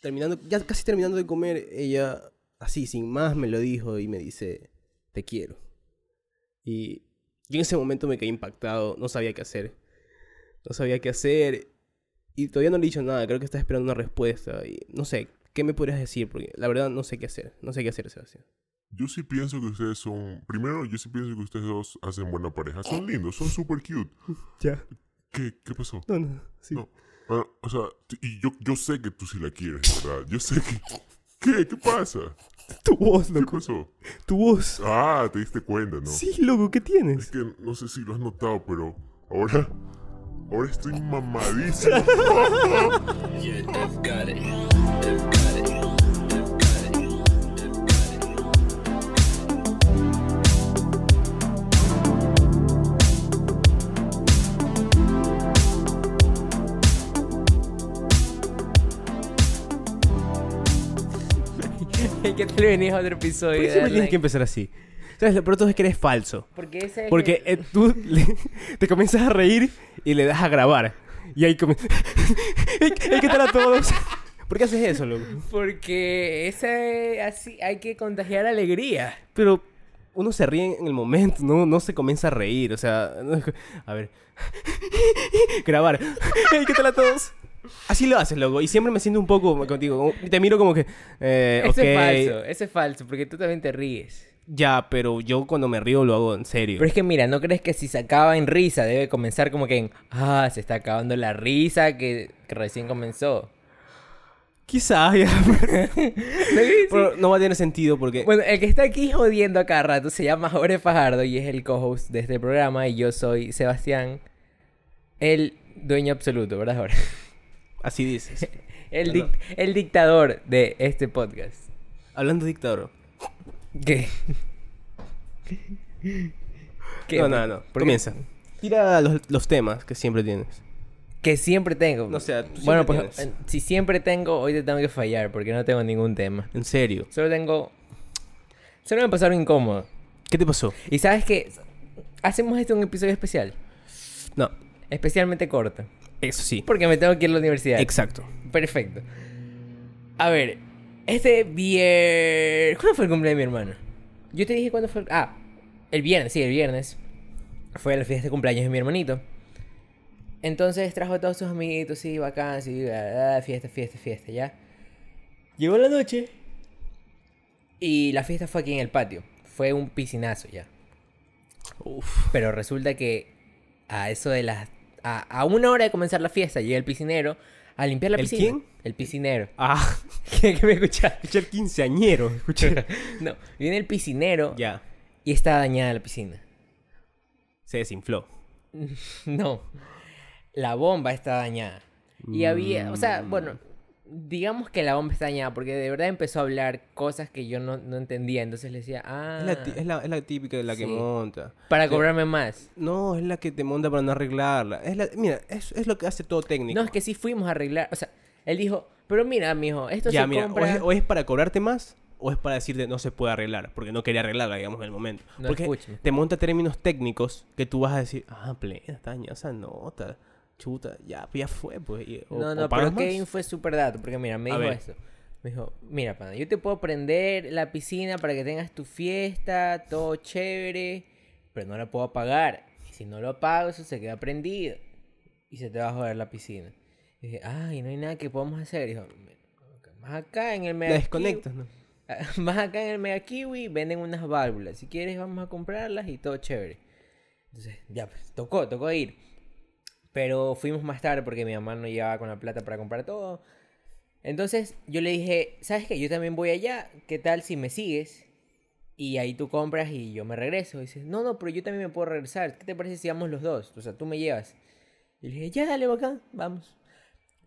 terminando, ya casi terminando de comer, ella así, sin más, me lo dijo y me dice, te quiero. Y yo en ese momento me quedé impactado, no sabía qué hacer. No sabía qué hacer y todavía no le he dicho nada, creo que está esperando una respuesta y no sé, ¿qué me podrías decir? Porque la verdad no sé qué hacer, no sé qué hacer, Sebastián. Yo sí pienso que ustedes son. Primero, yo sí pienso que ustedes dos hacen buena pareja. Son lindos, son super cute. Ya. ¿Qué, qué pasó? No, no, sí. No. Ah, o sea, t- y yo, yo sé que tú sí la quieres, ¿verdad? Yo sé que. ¿Qué? ¿Qué pasa? Tu voz, ¿Qué loco. pasó? Tu voz. Ah, te diste cuenta, ¿no? Sí, loco, ¿qué Es tienes? que no sé si lo has notado, pero ahora. Ahora estoy mamadísimo. Yeah, they've got it. They've got it. They've got it. They've got it. ¿Qué tal venía otro episodio? Pero siempre tienes que empezar así. ¿Sabes? Lo peor de todo es que eres falso. Porque ese es Porque eh, tú le- te comienzas a reír y le das a grabar. Y ahí comienzas... ¿Qué tal a todos? ¿Por qué haces eso, loco? Porque ese así hay que contagiar alegría. Pero uno se ríe en el momento, no, no se comienza a reír. O sea, no es que- a ver. Grabar. Hey, ¿Qué tal a todos? Así lo haces, loco. Y siempre me siento un poco contigo. como- Te miro como que. Eh, Ese ok, es falso, ese es falso, porque tú también te ríes. Ya, pero yo cuando me río lo hago en serio. Pero es que mira, ¿no crees que si se acaba en risa debe comenzar como que en, ah, se está acabando la risa que, que recién comenzó? Quizás, ya. pero- Pero no va a tener sentido porque. Bueno, el que está aquí jodiendo a cada rato se llama Jorge Fajardo y es el co-host de este programa y yo soy Sebastián, el dueño absoluto, ¿verdad, Jorge? así dices. El, dic- el dictador de este podcast. Hablando de dictador. ¿Qué? ¿Qué? No, no, no. ¿Por qué? Comienza. Tira los, los temas que siempre tienes. Que siempre tengo. O sea, tú bueno, siempre pues si siempre tengo, hoy te tengo que fallar porque no tengo ningún tema. En serio. Solo tengo... Solo me pasaron incómodo. ¿Qué te pasó? Y sabes que hacemos este un episodio especial. No, Especialmente corto. eso sí. Porque me tengo que ir a la universidad. Exacto. Perfecto. A ver, este viernes. ¿Cuándo fue el cumpleaños de mi hermano? Yo te dije cuándo fue. el- Ah, el viernes, sí, el viernes. Fue la fiesta de cumpleaños de mi hermanito. Entonces trajo a todos sus amiguitos, sí, bacán, sí, bla, bla, bla, fiesta, fiesta, fiesta, ya. Llegó la noche. Y la fiesta fue aquí en el patio. Fue un piscinazo ya. Uf. Pero resulta que a eso de las... A, a una hora de comenzar la fiesta llega el piscinero a limpiar la ¿El piscina. quién? El piscinero. Ah. ¿Qué, qué me escuchaste? Escuché el quinceañero. Escuché. No, viene el piscinero ya. y está dañada la piscina. Se desinfló. No, la bomba está dañada. Y había, o Mm. sea, bueno, digamos que la bomba está dañada porque de verdad empezó a hablar cosas que yo no, no entendía. Entonces le decía, ah, Es, la, ti- es la- es la típica de la que Sí. monta. para cobrarme más. No, es la que te monta para no arreglarla. Es la, mira, es, es lo que hace todo técnico. No, es que sí fuimos a arreglar. O sea, él dijo, pero mira, mijo, esto ya, se mira, compra... o es, o es para cobrarte más o es para decirte no se puede arreglar, porque no quería arreglarla, digamos, en el momento. No, porque escúchame. te monta términos técnicos que tú vas a decir, ah, plena, taña, esa nota, chuta, ya, pues ya fue, pues. y- o- No, o no, pagas pero Kevin más. fue súper dato, porque mira, me A dijo ver. esto. Me dijo, mira, pana, yo te puedo prender la piscina para que tengas tu fiesta, todo chévere, pero no la puedo apagar. Y si no lo apago, eso se queda prendido. Y se te va a joder la piscina. Y dije, ay, no hay nada que podamos hacer. Dijo, más acá en el La mega kiwi- desconectas, ¿no? más acá en el Mega Kiwi venden unas válvulas. Si quieres, vamos a comprarlas y todo chévere. Entonces, ya, pues, tocó, tocó ir. Pero fuimos más tarde porque mi mamá no llevaba con la plata para comprar todo. Entonces, yo le dije, ¿sabes qué? Yo también voy allá. ¿Qué tal si me sigues? Y ahí tú compras y yo me regreso. Y dices, no, no, pero yo también me puedo regresar. ¿Qué te parece si vamos los dos? O sea, tú me llevas. Y le dije, ya, dale, bacán, vamos.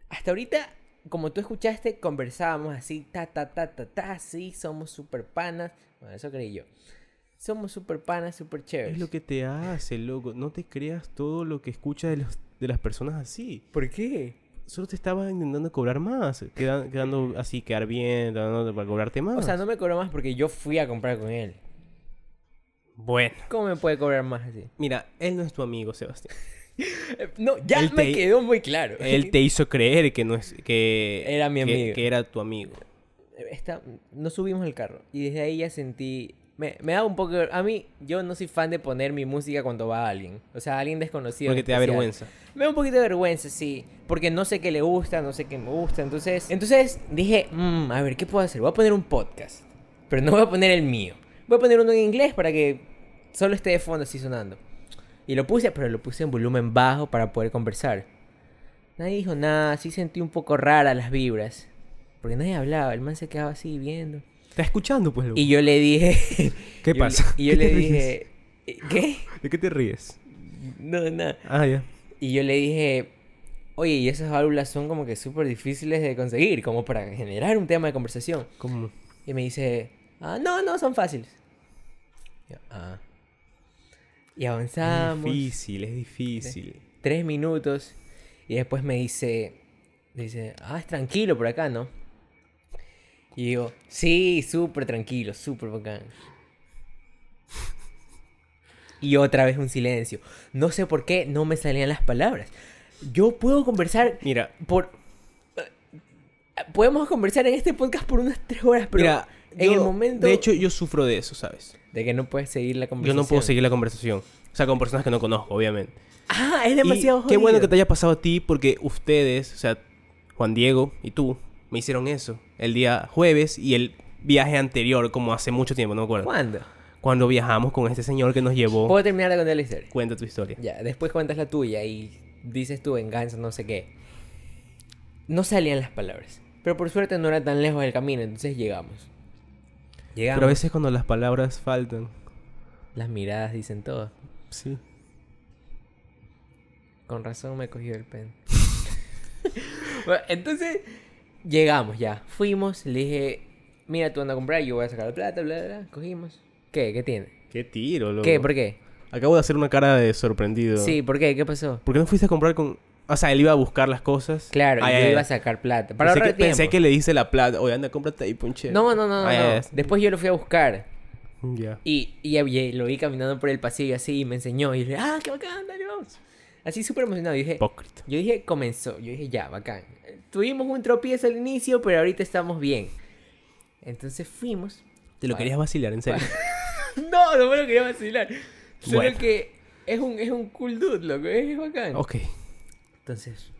Hasta ahorita, como tú escuchaste, conversábamos así, ta, ta, ta, ta, ta, sí, somos super panas. Bueno, eso creí yo. Somos super panas, super chéveres. Es lo que te hace, loco. No te creas todo lo que escuchas de, los- de las personas así. ¿Por qué? Solo te estabas intentando cobrar más. queda- quedando así, quedar bien, dando- para cobrarte más. O sea, no me cobró más porque yo fui a comprar con él. Bueno. ¿Cómo me puede cobrar más así? Mira, él no es tu amigo, Sebastián. Eh, No, ya Él me te- quedó muy claro. Él te hizo creer que no es que Era mi que- amigo. que era tu amigo. Esta- no subimos el carro. Y desde ahí ya sentí. Me, me da un poco. de- A mí, yo no soy fan de poner mi música cuando va alguien. O sea, alguien desconocido. en Porque te da especial. vergüenza. Me da un poquito de vergüenza, sí. Porque no sé qué le gusta, no sé qué me gusta. Entonces, entonces dije, "Mm, a ver, ¿qué puedo hacer? Voy a poner un podcast. Pero no voy a poner el mío. Voy a poner uno en inglés para que solo esté de fondo así sonando. Y lo puse, pero lo puse en volumen bajo para poder conversar. Nadie dijo nada, sí sentí un poco rara las vibras. Porque nadie hablaba, el man se quedaba así viendo. Está escuchando, pues. Y yo le dije... ¿Qué yo le- pasa? Y yo ¿Qué le te dije... "Eh, ¿Qué? ¿De qué te ríes? No, nada. Ah, ya. Y yo le dije, oye, y esas válvulas son como que súper difíciles de conseguir, como para generar un tema de conversación. ¿Cómo? Y me dice, ah, no, no, son fáciles. Y, yo, "Ah". Y avanzamos Difícil, es difícil. tres minutos y después me dice, dice, ah, es tranquilo por acá, ¿no? Y digo, sí, súper tranquilo, súper bacán. Y otra vez un silencio. No sé por qué no me salían las palabras. Yo puedo conversar Mira, por... Podemos conversar en este podcast por unas tres horas, pero mira, en el yo- momento De hecho, yo sufro de eso, ¿sabes? de que no puedes seguir la Yo conversación. no puedo seguir la conversación. O sea, con personas que no conozco, obviamente. Ah, es Y demasiado Qué bueno que jodido. te haya pasado a ti porque ustedes, o sea, Juan Diego y tú, me hicieron eso el día jueves y el viaje anterior, como hace mucho tiempo, no me acuerdo. ¿Cuándo? Cuando viajamos con este señor que nos llevó. Puedo terminar de contar la historia. Cuenta tu historia. Ya, después cuentas la tuya y dices tu venganza, no sé qué. No salían las palabras. Pero por suerte no era tan lejos del camino, entonces llegamos. Llegamos. Pero a veces cuando las palabras faltan. Las miradas dicen todo. Sí. Con razón me cogió el pen. Bueno, entonces, llegamos ya. Fuimos, le dije, mira, tú andas a comprar, yo voy a sacar la plata, bla, bla, bla. Cogimos. ¿Qué? ¿Qué tiene? Qué tiro, loco. ¿Qué? ¿Por qué? Acabo de hacer una cara de sorprendido. Sí, ¿por qué? ¿Qué pasó? ¿Por qué no fuiste a comprar con.? O sea, él iba a buscar las cosas. Claro, Ah, yo ya, ya. iba a sacar plata. Para pensé, ahorrar que, pensé tiempo. que le dice la plata. Oye, anda, cómprate ahí, punche. No, no, no, no. Ah, ya, no. ya. Después yo lo fui a buscar. Ya. Y, y ya vi- lo vi caminando por el pasillo así y me enseñó. Y yo dije, ah, qué bacán, dale, vamos. Así súper emocionado. Yo dije, Hipócrita. yo dije, comenzó. Yo dije, ya, bacán. Tuvimos un tropiezo al inicio, pero ahorita estamos bien. Entonces fuimos. Te lo Eh, Bueno. querías vacilar, en serio. No, no me lo quería vacilar. Solo Bueno. que es un, es un cool dude, loco. Es bacán. ok. Entonces,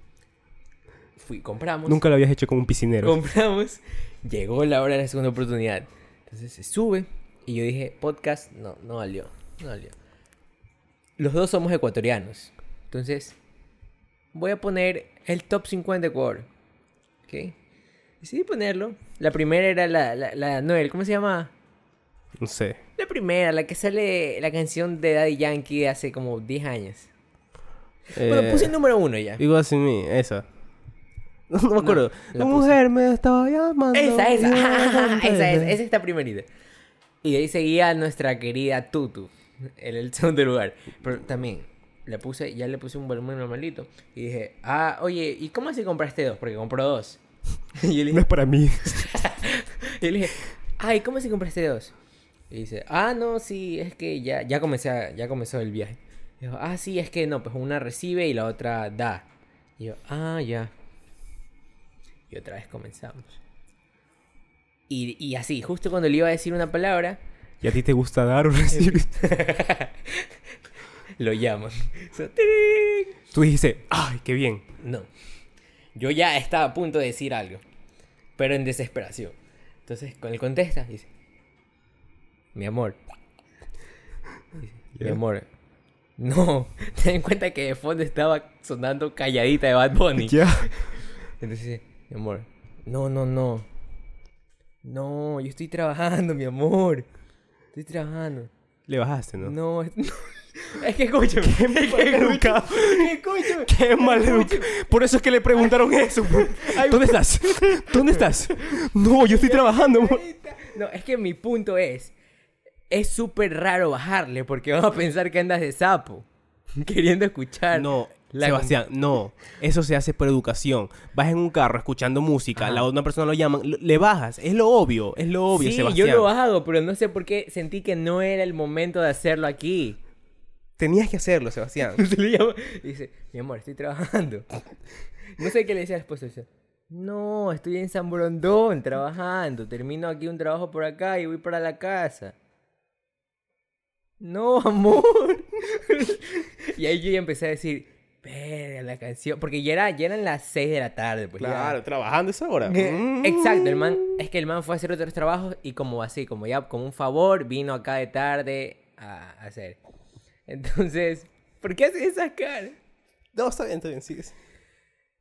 fui, compramos. Nunca lo habías hecho como un piscinero. Compramos. Llegó la hora de la segunda oportunidad. Entonces se sube. Y yo dije, podcast, no, no valió. No valió. Los dos somos ecuatorianos. Entonces, voy a poner el top 50 de Ecuador. ¿Ok? Decidí ponerlo. La primera era la, la, la Noel, ¿cómo se llama? No sé. La primera, la que sale la canción de Daddy Yankee de hace como 10 años. Bueno, Eh, puse el número uno ya. Igual sin mí, esa. No, no me acuerdo. la la puse. mujer me estaba llamando. Esa, esa, y yo ajá, ajá, esa, esa, contesté. esa está primerita. Y de ahí seguía nuestra querida Tutu, en el segundo lugar. Pero también, le puse, ya le puse un volumen normalito. Y dije, ah, oye, ¿y cómo así compraste dos? Porque compró dos. Y yo le No dije, es para mí. y le dije ay, ¿cómo así compraste dos? Y dice, ah, no, sí, es que ya, ya, comencé a- ya comenzó el viaje. Y yo, ah, sí, es que no, pues una recibe y la otra da. Y yo, ah, ya. Y otra vez comenzamos. Y, y así, justo cuando le iba a decir una palabra, ¿Y a ti te gusta dar o recibir? lo llaman. So, "Tirín". Tú dijiste, ay, qué bien. No. Yo ya estaba a punto de decir algo, pero en desesperación. Entonces, con él contesta, dice, mi amor. Dice, Mi Ya. amor. No, ten en cuenta que de fondo estaba sonando calladita de Bad Bunny. Ya. Entonces dice, mi amor, no, no, no. No, yo estoy trabajando, mi amor. Estoy trabajando. Le bajaste, ¿no? No, es, es que escúchame. es que maleducado. escúchame, escúchame. Qué mal Escúchame. Por eso es que le preguntaron eso. po. ¿Dónde estás? ¿Dónde estás? No, yo estoy trabajando. amor. No, es que mi punto es, es súper raro bajarle porque van a pensar que andas de sapo, queriendo escuchar. No, la- Sebastián, no. Eso se hace por educación. Vas en un carro escuchando música, Ajá. la otra persona lo llama, l- le bajas. Es lo obvio, es lo obvio, sí, Sebastián. yo lo hago, pero no sé por qué sentí que no era el momento de hacerlo aquí. Tenías que hacerlo, Sebastián. Pues Se le llama y dice, mi amor, estoy trabajando. No sé qué le decía al esposo. Dice, no, estoy en San Brondón trabajando. Termino aquí un trabajo por acá y voy para la casa. No, amor. y ahí yo ya empecé a decir, verga, la canción. Porque ya, era, ya eran las 6 de la tarde. Pues, ya. Claro, trabajando esa hora. Mm. Eh, Exacto, el man, es que el man fue a hacer otros trabajos y como así, como ya, como un favor, vino acá de tarde a a hacer. Entonces, ¿por qué haces esa cara? No, está bien, está bien, sigues.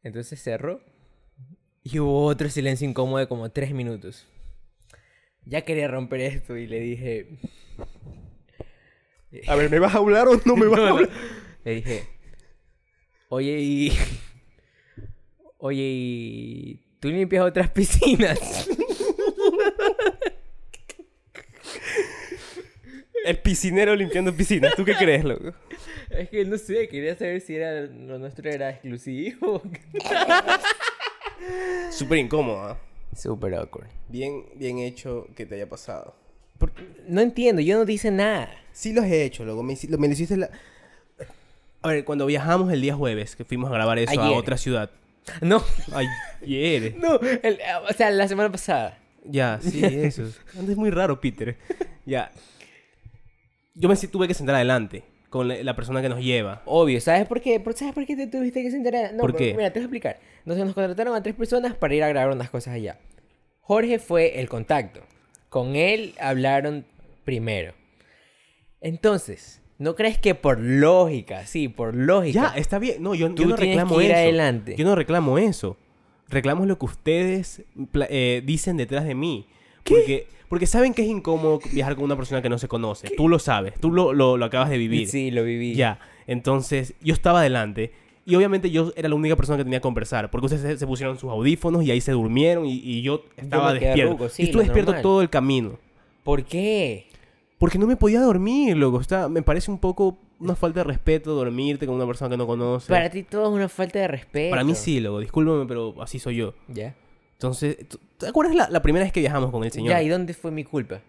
Entonces cerró y hubo otro silencio incómodo de como tres minutos. Ya quería romper esto y le dije, A ver, ¿me vas a hablar o no me vas a No, no. hablar? le dije, oye y... Oye y... Tú limpias otras piscinas. El piscinero limpiando piscinas. ¿Tú qué crees, loco? Es que no sé, quería saber si era lo nuestro era exclusivo. Súper incómodo, ¿ah? Super awkward. Bien, bien hecho que te haya pasado. No entiendo, yo no dice nada. Sí los he hecho, loco. Me, hici- lo- me lo hiciste la... A ver, cuando viajamos el día jueves, que fuimos a grabar eso a Ayer. otra ciudad. No, Ayer. no, el- o sea, la semana pasada. Ya, sí, eso. Antes es muy raro, Peter. Ya. Yo me si- tuve que sentar adelante con la, la persona que nos lleva. Obvio, ¿sabes por qué? ¿Por- ¿Sabes por qué te tuviste que sentar? No, ¿Por pero qué? Mira, te voy a explicar. Entonces nos contrataron a tres personas para ir a grabar unas cosas allá. Jorge fue el contacto. Con él hablaron primero. Entonces, ¿no crees que por lógica, sí, por Ya, lógica? está bien. No, yo, yo Tú no tienes reclamo que ir eso. adelante. Yo no reclamo eso. Reclamo lo que ustedes pla- eh, dicen detrás de mí. Porque, porque saben que es incómodo viajar con una persona que no se conoce. Tú lo sabes. Tú lo, lo- lo acabas de vivir. Sí, lo viví. Ya. Entonces, yo estaba adelante. Y obviamente yo era la única persona que tenía que conversar. Porque ustedes se, se pusieron sus audífonos y ahí se durmieron. Y, y yo estaba me quedé despierto. ruco, sí, y estuve lo despierto normal. todo el camino. ¿Por qué? Porque no me podía dormir, loco. Está, me parece un poco una falta de respeto dormirte con una persona que no conoces. Para ti todo es una falta de respeto. Para mí sí, loco. Discúlpame, pero así soy yo. Ya. Entonces, ¿tú- ¿te acuerdas la, la primera vez que viajamos con el señor? Ya, ¿y dónde fue mi culpa?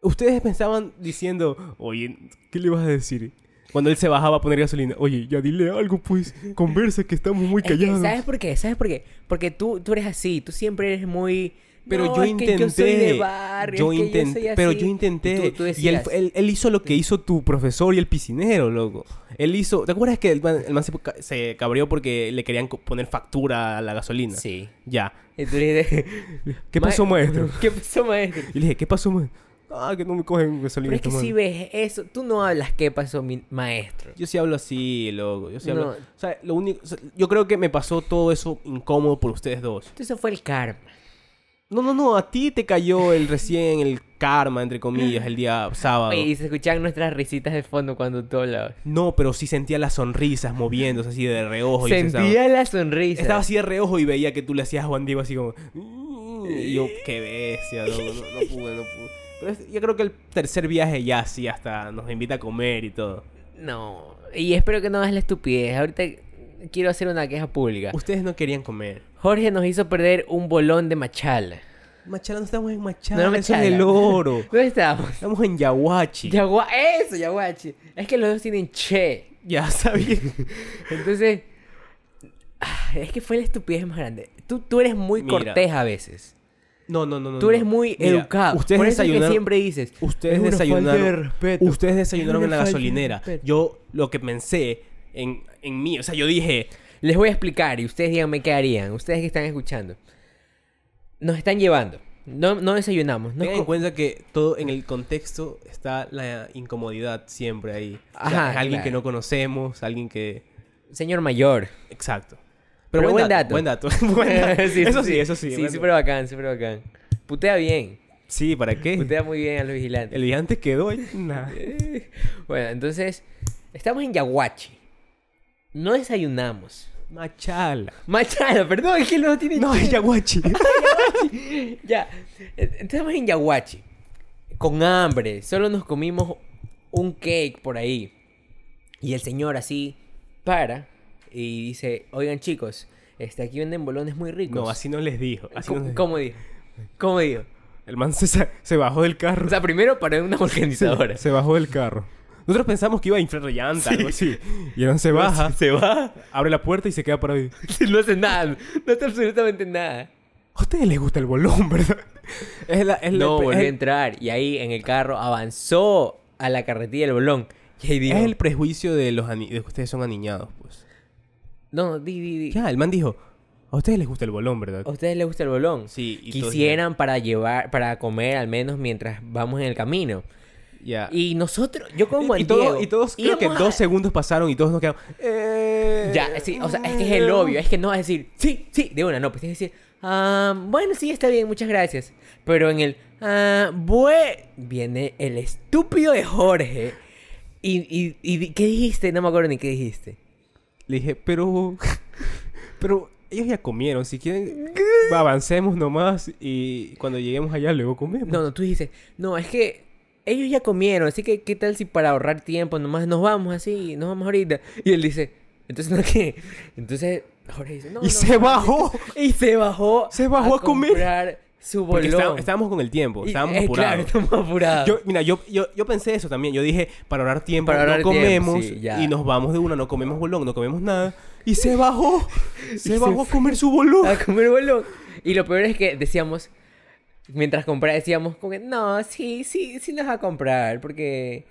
Ustedes pensaban diciendo, oye, ¿qué le vas a decir? Cuando él se bajaba a poner gasolina, oye, ya dile algo, pues, conversa que estamos muy Es que, callados. ¿Sabes por qué? ¿Sabes por qué? Porque tú, tú eres así, tú siempre eres muy... Pero "No, yo es intenté. Que yo soy de barrio, yo es que intenté. soy pero así". yo intenté. Y, Y, tú- tú él, decías, él- él hizo lo que hizo tu profesor y el piscinero, loco. Él hizo. ¿Te acuerdas que el man, el man se, ca- se cabreó porque le querían co- poner factura a la gasolina? Sí. Ya. Y tú le dices, ¿Qué pasó, maestro? ¿Qué pasó, maestro? Y le dije, ¿qué pasó, maestro? Ah, que no me cogen Pero gasolina. es que esta si madre". ves eso, tú no hablas qué pasó, mi maestro. Yo sí hablo así, loco. Yo sí hablo. No. O sea, lo único. o sea, yo creo que me pasó todo eso incómodo por ustedes dos. Entonces eso fue el karma. No, no, no. A ti te cayó el recién, el karma, entre comillas, el día sábado. Oye, y se escuchaban nuestras risitas de fondo cuando tú hablabas. No, pero sí sentía las sonrisas moviéndose así de reojo. y yo estaba- Sentía la sonrisa. estaba así de reojo y veía que tú le hacías a Juan Diego así como... "Mm", Y yo, qué bestia, no, no, no pude, no pude. Pero es- yo creo que el tercer viaje ya sí, hasta nos invita a comer y todo. No. Y espero que no hagas la estupidez. Ahorita quiero hacer una queja pública. Ustedes no querían comer. Jorge nos hizo perder un bolón de machala. Machala, no estamos en Machala, No, no, eso es Machala. el oro. ¿Dónde estábamos? Estamos en Yaguachi. Ya, Yagua- eso, yaguachi. Es que los dos tienen che. sabía. Entonces, ah, es que fue la estupidez más grande. Tú, tú eres muy Mira. cortés a veces. No, no, no, no. Tú eres no. muy Mira, educado. Ustedes Por eso es que desayunaron- siempre dices. "Es Ustedes una falta de desayunaron. respeto". Ustedes desayunaron Es en una la falta de gasolinera. respeto. Yo lo que pensé en, en mí, o sea, yo dije, Les voy a explicar y ustedes díganme qué harían. Ustedes que están escuchando. Nos están llevando. No, no desayunamos. No tengan en co- cuenta que todo en el contexto está la incomodidad siempre ahí. O sea, Ajá, es alguien que claro. no conocemos, alguien que Señor mayor. exacto. Pero, Pero buen, buen dato, Buen dato. buen dato. Sí, eso sí, eso sí. Sí, bueno. súper bacán, súper bacán. Putea bien. Sí, ¿para qué? Putea muy bien a los vigilantes. El gigante quedó ahí. Nah. Bueno, entonces, estamos en Yaguachi. No desayunamos. Machala. Machado, perdón, es que no tiene No, es yaguachi. Ya, eh, estamos en Yaguachi. Con hambre, solo nos comimos un cake por ahí. Y el señor así para y dice, oigan chicos, este, aquí venden bolones muy ricos. no, así no les dijo. Así no Co- les dijo. ¿Cómo dijo? ¿Cómo dijo? El man se, sa- se bajó del carro. O sea, primero para una Se- organizadora. Se bajó del carro. Nosotros pensamos que iba a inflar la llanta, algo así. Y Aaron se baja, Se va. abre la puerta y se queda parado. ahí. no hace nada. No hace absolutamente nada. A ustedes les gusta el bolón, ¿verdad? Es la, es la- No, es volvió a el- entrar. Y ahí en el carro avanzó a la carretilla del bolón. Y ahí dijo. es el prejuicio de los ani- de que ustedes son aniñados, pues. No, di, di, di. Ya, el man dijo, a ustedes les gusta el bolón, ¿verdad? ¿A ustedes les gusta el bolón? Sí, y todos Quisieran para llevar, para comer al menos mientras vamos en el camino. Ya. Y, Y nosotros, yo como Ah. y el todo- Diego, y todos, creo que íbamos a- dos segundos pasaron y todos nos quedamos... "Eh, Ya, sí, o sea, es que es el obvio. Es que no vas a decir, sí, sí, de una, no. Pues tienes que decir, "Ah, bueno, sí, está bien, muchas gracias. Pero en el, ah, bue- viene el estúpido de Jorge. Y, y, y di- ¿qué dijiste? No me acuerdo ni qué dijiste. Le dije, pero... pero ellos ya comieron, si quieren... Avancemos nomás y cuando lleguemos allá luego comemos. No, no, tú dices, no, es que ellos ya comieron, así que qué tal si para ahorrar tiempo nomás nos vamos así, nos vamos ahorita. Y él dice, entonces no qué. Entonces Jorge dice, no. y no, se bajó. y se bajó. Se bajó a comer. comprar su Porque está- bolón. estábamos con el tiempo, Y- estábamos eh, apurados. Claro, estamos apurados. Yo, mira, yo, yo, yo pensé eso también. Yo dije, para ahorrar tiempo, Para ahorrar no tiempo, comemos sí, ya. y nos vamos de una, no comemos bolón, no comemos nada. Y se bajó, se se bajó a fue. comer su bolón. a comer bolón. Y lo peor es que decíamos, mientras compraba, decíamos como que, no, sí, sí, sí nos va a comprar, porque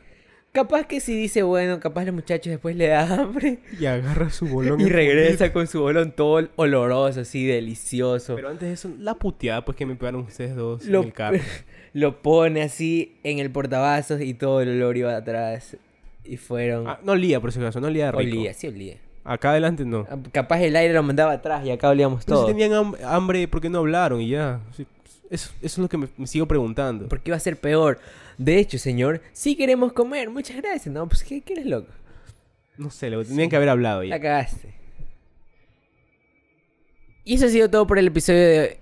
capaz que si dice bueno, capaz los muchachos después le da hambre. Y agarra su bolón. Y en regresa con su bolón todo oloroso, así delicioso. puñito. Pero antes de eso, la puteada, pues que me pegaron ustedes dos lo, en el carro. lo pone así en el portavasos y todo el olor iba atrás. Y fueron. Ah, no olía, por si acaso, no olía rico. olía, sí olía. Acá adelante no. Ah, Capaz el aire lo mandaba atrás y acá olíamos Pero si todo. tenían ham- hambre, ¿por qué no hablaron? Y ya. Sí, Eso, eso es lo que me, me sigo preguntando. Porque iba a ser peor. De hecho, señor, sí queremos comer. Muchas gracias. No, pues, ¿qué, qué eres loco? No sé, lo tenían que haber hablado ya. La cagaste. Y eso ha sido todo por el episodio de.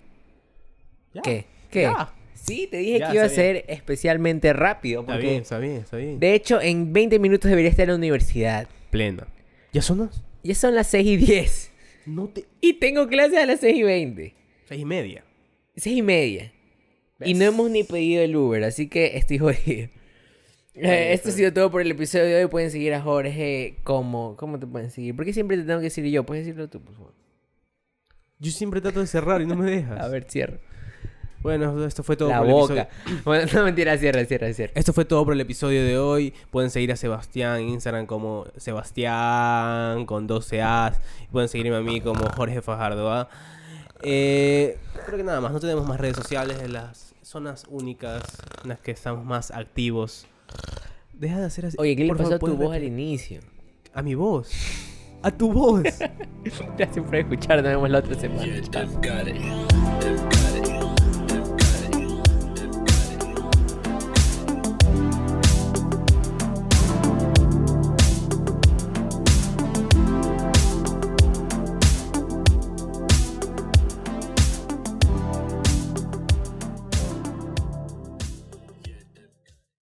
Ya, ¿Qué? ¿Qué? ya. Sí, te dije Ya, que iba a está bien. ser especialmente rápido. Está Porque bien, está bien, está bien. De hecho, en 20 minutos debería estar en la universidad. Plena. ¿Ya son las? Ya son las 6 y 10. No te... Y tengo clases a las 6 y 20. Seis y media. 6 y media. Y no hemos ni pedido el Uber, así que estoy jodido. Eh, esto ha sido todo por el episodio de hoy. Pueden seguir a Jorge como... ¿Cómo te pueden seguir? Porque siempre te tengo que decir yo. Puedes decirlo tú, por favor. Yo siempre trato de cerrar y no me dejas. A ver, cierra. Bueno, esto fue todo La por el boca. episodio. Bueno, no, mentira, cierra, cierra, cierra. Esto fue todo por el episodio de hoy. Pueden seguir a Sebastián en Instagram como Sebastián con 12 A's. Pueden seguirme a mí como Jorge Fajardo A. Eh, creo que nada más, no tenemos más redes sociales en las zonas únicas en las que estamos más activos. Deja de hacer así. Oye, ¿qué le Por pasó favor, a tu ¿puedes voz al repetir? inicio? A mi voz. A tu voz. Gracias por escuchar. Nos vemos la otra semana. Yeah, they've got it. They've got it.